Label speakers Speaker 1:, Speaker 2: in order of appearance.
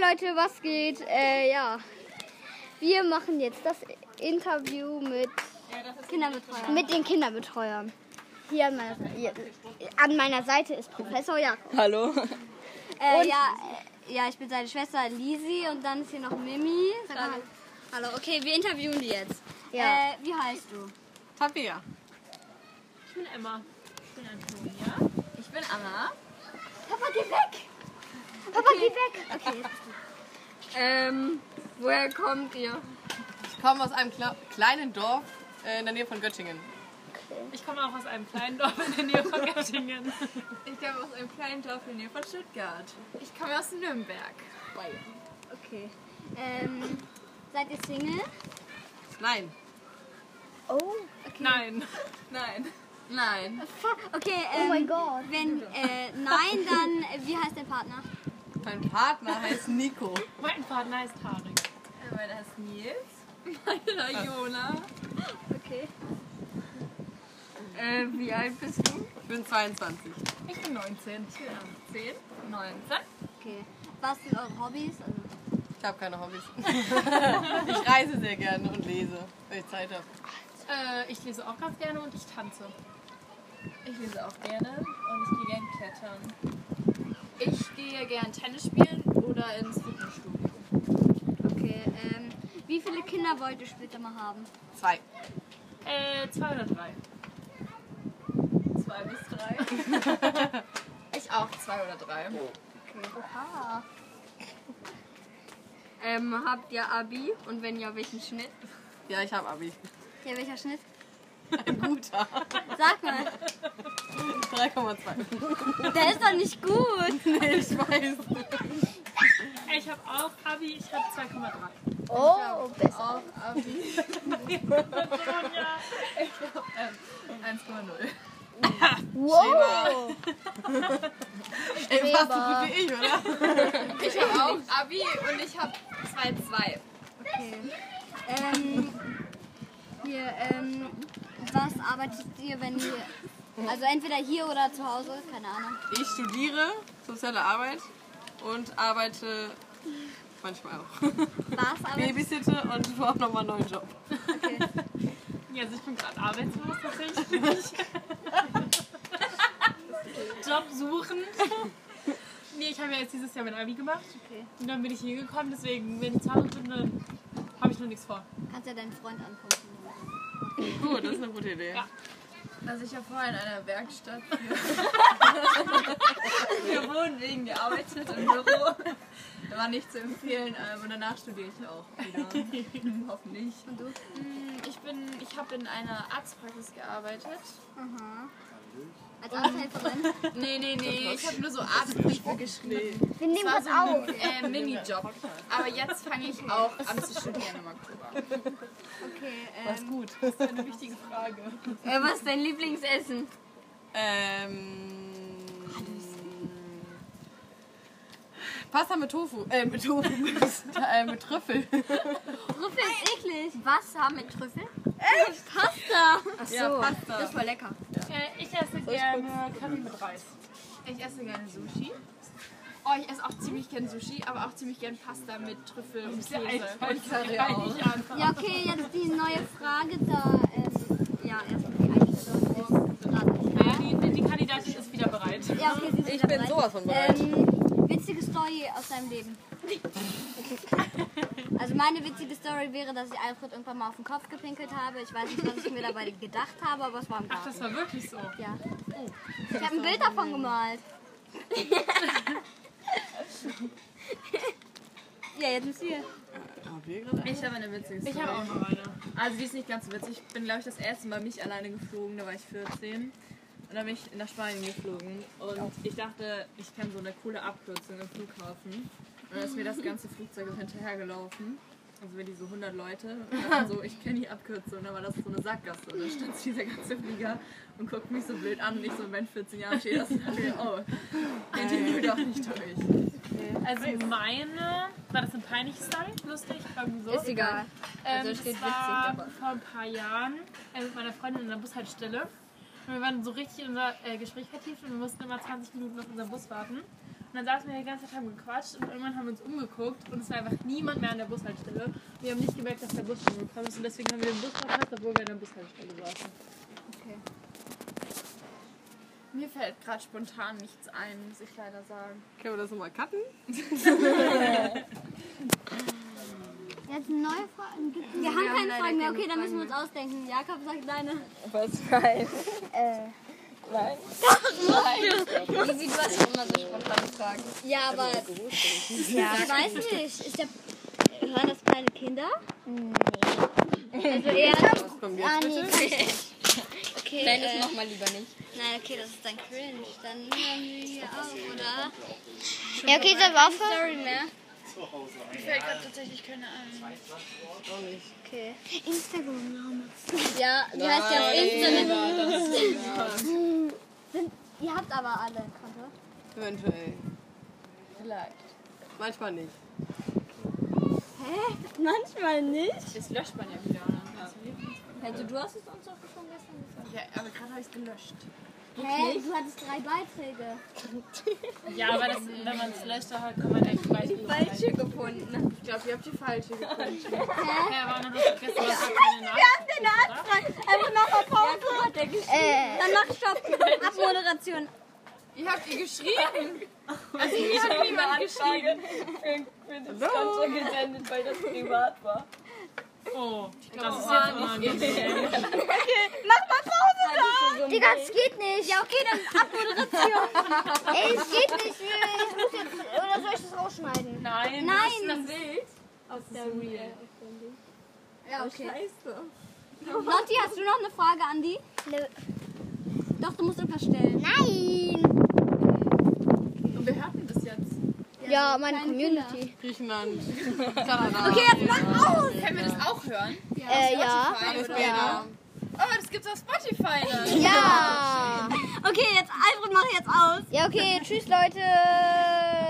Speaker 1: Leute, was geht? Äh, ja. Wir machen jetzt das Interview mit,
Speaker 2: Kinderbetreuer.
Speaker 1: mit den Kinderbetreuern. Hier an meiner, hier, an meiner Seite ist Professor Jakob.
Speaker 3: Hallo.
Speaker 2: Äh, ja, äh, ja, ich bin seine Schwester Lisi und dann ist hier noch Mimi. Sag mal Hallo. Hallo, okay, wir interviewen die jetzt.
Speaker 1: Ja.
Speaker 2: Äh, wie heißt du?
Speaker 3: Tabea.
Speaker 4: Ich bin Emma. Ich bin Antonia.
Speaker 2: Ich bin Anna.
Speaker 1: Papa, geh weg! Papa, geh weg!
Speaker 2: Okay.
Speaker 4: Ähm, woher kommt ihr?
Speaker 3: Ich komme aus einem kle kleinen Dorf äh, in der Nähe von Göttingen.
Speaker 4: Ich komme auch aus einem kleinen Dorf in der Nähe von Göttingen.
Speaker 5: Ich komme aus einem kleinen Dorf in der Nähe von Stuttgart. Ich komme aus Nürnberg.
Speaker 2: okay. Ähm, seid ihr Single?
Speaker 3: Nein.
Speaker 1: Oh,
Speaker 4: Nein.
Speaker 5: Nein. Nein.
Speaker 2: Okay,
Speaker 1: oh mein
Speaker 2: ähm,
Speaker 1: Gott.
Speaker 2: wenn äh, nein, dann äh, wie heißt der Partner?
Speaker 3: Mein Partner heißt Nico.
Speaker 4: Mein Partner heißt Tarek.
Speaker 5: Meiner heißt Nils. Meiner Jona.
Speaker 2: Okay.
Speaker 5: Äh, wie alt bist du?
Speaker 3: Ich bin 22.
Speaker 4: Ich bin 19.
Speaker 5: 10, 19.
Speaker 2: Okay. Was sind eure Hobbys? Also,
Speaker 3: Ich habe keine Hobbys. ich reise sehr gerne und lese, wenn ich Zeit habe.
Speaker 4: Äh, ich lese auch ganz gerne und ich tanze.
Speaker 5: Ich lese auch gerne und ich gehe gern klettern. Ich gehe gern Tennis spielen oder ins Fitnessstudio.
Speaker 2: okay. Ähm, wie viele Kinder wollt ihr später mal haben?
Speaker 3: Zwei.
Speaker 4: Äh, zwei oder drei.
Speaker 5: Zwei bis drei. ich auch zwei oder drei.
Speaker 2: Oha.
Speaker 5: Ähm, habt ihr Abi? Und wenn ja, welchen Schnitt?
Speaker 3: Ja, ich habe Abi.
Speaker 2: Ja, welcher Schnitt?
Speaker 3: Ein guter.
Speaker 2: Sag mal.
Speaker 3: 3,2.
Speaker 2: Der ist doch nicht gut.
Speaker 3: Nee, ich weiß.
Speaker 4: Ich habe auch Abi, ich habe 2,3.
Speaker 1: Oh, besser.
Speaker 5: Auch Abi.
Speaker 4: Sonja.
Speaker 2: Ähm,
Speaker 5: 1,0.
Speaker 1: Wow.
Speaker 3: Ey, warst du gut wie ich, oder?
Speaker 5: Ich habe auch Abi und ich habe 2,2.
Speaker 2: Okay. Ähm, hier, ähm, was arbeitet ihr, wenn ihr. Also entweder hier oder zu Hause, keine Ahnung.
Speaker 3: Ich studiere soziale Arbeit und arbeite manchmal auch.
Speaker 2: Was arbeitet
Speaker 3: Babysitte und brauche nochmal einen neuen Job.
Speaker 4: Ja, also ich bin gerade arbeitslos tatsächlich. Job suchen. Nee, ich habe ja jetzt dieses Jahr mein Abi gemacht.
Speaker 2: Okay.
Speaker 4: Und dann bin ich hier gekommen, deswegen, wenn ich zu Hause bin, dann habe ich noch nichts vor.
Speaker 2: Kannst ja deinen Freund angucken.
Speaker 3: Gut, das ist eine gute Idee.
Speaker 4: Ja.
Speaker 5: Also ich habe vorher in einer Werkstatt für, für Wohnwegen gearbeitet im Büro. Da war nicht zu empfehlen ähm, und danach studiere ich auch wieder. Hoffentlich. Hm,
Speaker 2: Und du?
Speaker 5: Ich bin, ich habe in einer Arztpraxis gearbeitet.
Speaker 2: Aha. Als
Speaker 1: Ähm,
Speaker 2: Arzthelferin?
Speaker 5: Nee, nee, nee, ich habe nur so Arztbriefe geschrieben.
Speaker 1: Wir nehmen
Speaker 5: War
Speaker 1: was
Speaker 5: so ein
Speaker 1: auf.
Speaker 5: äh, Minijob. Aber jetzt fange ich auch an zu studieren im Oktober.
Speaker 2: Okay,
Speaker 3: Das
Speaker 2: ähm,
Speaker 3: ist gut.
Speaker 4: Eine wichtige Frage.
Speaker 5: Äh, was ist dein Lieblingsessen?
Speaker 3: Ähm. Pasta mit Tofu. Äh, mit Tofu. mit, äh, mit Trüffel.
Speaker 2: Trüffel ist eklig.
Speaker 5: Wasser mit Trüffel?
Speaker 2: Pasta.
Speaker 3: Ach so. Ja,
Speaker 2: Das ist
Speaker 3: Pasta.
Speaker 2: voll lecker.
Speaker 4: Äh, ich esse gerne Curry mit Reis.
Speaker 5: Ich esse gerne Sushi. Oh, ich esse auch ziemlich gern Sushi, aber auch ziemlich gern Pasta mit Trüffel und
Speaker 4: Ja, ich
Speaker 5: Käse.
Speaker 4: weiß, ich weiß nicht an.
Speaker 2: Ja, okay, jetzt die neue Frage da. Ähm, ja, erstmal die Einstellung.
Speaker 4: Ja, die, die, die Kandidatin ist wieder bereit.
Speaker 2: Ja, okay, sie ist
Speaker 3: Ich
Speaker 2: wieder
Speaker 3: bin
Speaker 2: bereit.
Speaker 3: sowas von bereit.
Speaker 2: Ähm, witzige Story aus deinem Leben. Also meine witzige Story wäre, dass ich Alfred irgendwann mal auf den Kopf gepinkelt habe. Ich weiß nicht, was ich mir dabei gedacht habe, aber es war im
Speaker 4: Ach,
Speaker 2: Garten.
Speaker 4: das war wirklich so.
Speaker 2: Ja. Ich habe ein Bild davon gemalt. Ja, jetzt ist hier.
Speaker 3: Haben wir gerade einen?
Speaker 5: Ich habe eine witzige Story.
Speaker 4: Ich habe auch noch eine.
Speaker 5: Also die ist nicht ganz so witzig. Ich bin, glaube ich, das erste Mal mich alleine geflogen. Da war ich 14. Und dann bin ich nach Spanien geflogen. Und ich dachte, ich kann so eine coole Abkürzung im Flughafen. Und dann ist mir das ganze Flugzeug so hinterhergelaufen. Also wir die so 100 Leute. Und dann so, ich kenne die Abkürzung. Da war das so eine Sackgasse. Und da stand dieser ganze Flieger und guckt mich so blöd an. Und ich so, wenn 14 Jahre steht das. Und dachte mir, oh, den nehme doch nicht durch.
Speaker 4: Also meine, war das eine peinliche Story? Lustig? Irgendwie so?
Speaker 2: egal.
Speaker 4: Ähm,
Speaker 5: Also steht
Speaker 4: das war
Speaker 5: witzig, aber-
Speaker 4: vor ein paar Jahren äh, mit meiner Freundin in der Bushaltestelle. Und wir waren so richtig in unser äh, Gespräch vertieft und wir mussten immer 20 Minuten auf unseren Bus warten. Und dann saßen wir die ganze Zeit, haben gequatscht und irgendwann haben wir uns umgeguckt und es war einfach niemand mehr an der Bushaltestelle. Wir haben nicht gemerkt, dass der Bus schon gekommen ist und deswegen haben wir den Bus verpasst, obwohl wir an der Bushaltestelle saßen.
Speaker 5: Mir fällt gerade spontan nichts ein, muss ich leider sagen.
Speaker 3: Können wir das nochmal cutten?
Speaker 2: Jetzt neue Fragen. Wir, haben keine Fragen mehr. Okay, dann müssen wir uns ausdenken. Jakob sagt deine.
Speaker 6: Was? Nein. Nein?
Speaker 2: Lisi, du hast immer so spontane Fragen. Ja, aber ich weiß nicht. Ist der, hören das kleine Kinder? Nee. Also eher.
Speaker 3: Was kommt jetzt bitte?
Speaker 2: Okay,
Speaker 6: Nein, das
Speaker 2: äh,
Speaker 6: machen wir lieber nicht.
Speaker 2: nein, okay, das ist dann cringe. Dann hören wir hier auf, oder?
Speaker 1: Ja, okay, sollen wir aufhören?
Speaker 2: Sorry, ne?
Speaker 5: Mir fällt gerade tatsächlich keine ein.
Speaker 2: Okay.
Speaker 1: Instagram-Name.
Speaker 2: Ja, die heißt ja auf Instagram. Sind- Ihr habt aber alle ein Konto.
Speaker 3: Eventuell.
Speaker 5: Vielleicht.
Speaker 3: Manchmal nicht.
Speaker 1: Manchmal nicht.
Speaker 5: Das löscht man ja wieder.
Speaker 2: Also du hast es uns doch schon gestern
Speaker 5: Ja, aber gerade habe ich es gelöscht.
Speaker 2: gesagt. Hä? Du hattest drei Beiträge.
Speaker 4: Ja, aber das, wenn man es löscht, dann kann man echt gleich die Falsche.
Speaker 2: gefunden.
Speaker 5: Ich glaube, ihr habt die falsche gefunden.
Speaker 4: Ja, war nur das gestern, das war keine Nachricht.
Speaker 2: Einfach nochmal Pause. Äh. Dann mach Stopp. Abmoderation.
Speaker 5: ihr habt ihr geschrieben. Also ich habe niemand geschrieben.
Speaker 6: Für das Konto gesendet, weil das privat war.
Speaker 4: Oh, das ist jetzt immer ein bisschen.
Speaker 1: Digga, es geht nicht. Ja, okay, dann Abmoderation. Ey, es geht nicht. Ich muss jetzt, oder soll ich das rausschneiden?
Speaker 4: Nein,
Speaker 1: Nein.
Speaker 4: das ist wild. Aus äh, Oh, der Real.
Speaker 2: Ja, okay. Lotti, hast du noch eine Frage an die?
Speaker 4: Ne.
Speaker 1: Nö.
Speaker 2: Doch, du musst irgendwas stellen.
Speaker 1: Nein.
Speaker 5: Und wir hatten das jetzt.
Speaker 1: Ja, meine Community.
Speaker 3: Griechenland. Kanada.
Speaker 2: Okay, jetzt mach auf.
Speaker 5: Können wir das auch hören?
Speaker 1: Äh, ja.
Speaker 3: Alles später.
Speaker 5: Oh, das gibt's auf Spotify. Dann.
Speaker 1: Ja.
Speaker 2: Okay, jetzt Alfred, mach jetzt aus.
Speaker 1: Ja, okay, tschüss, Leute.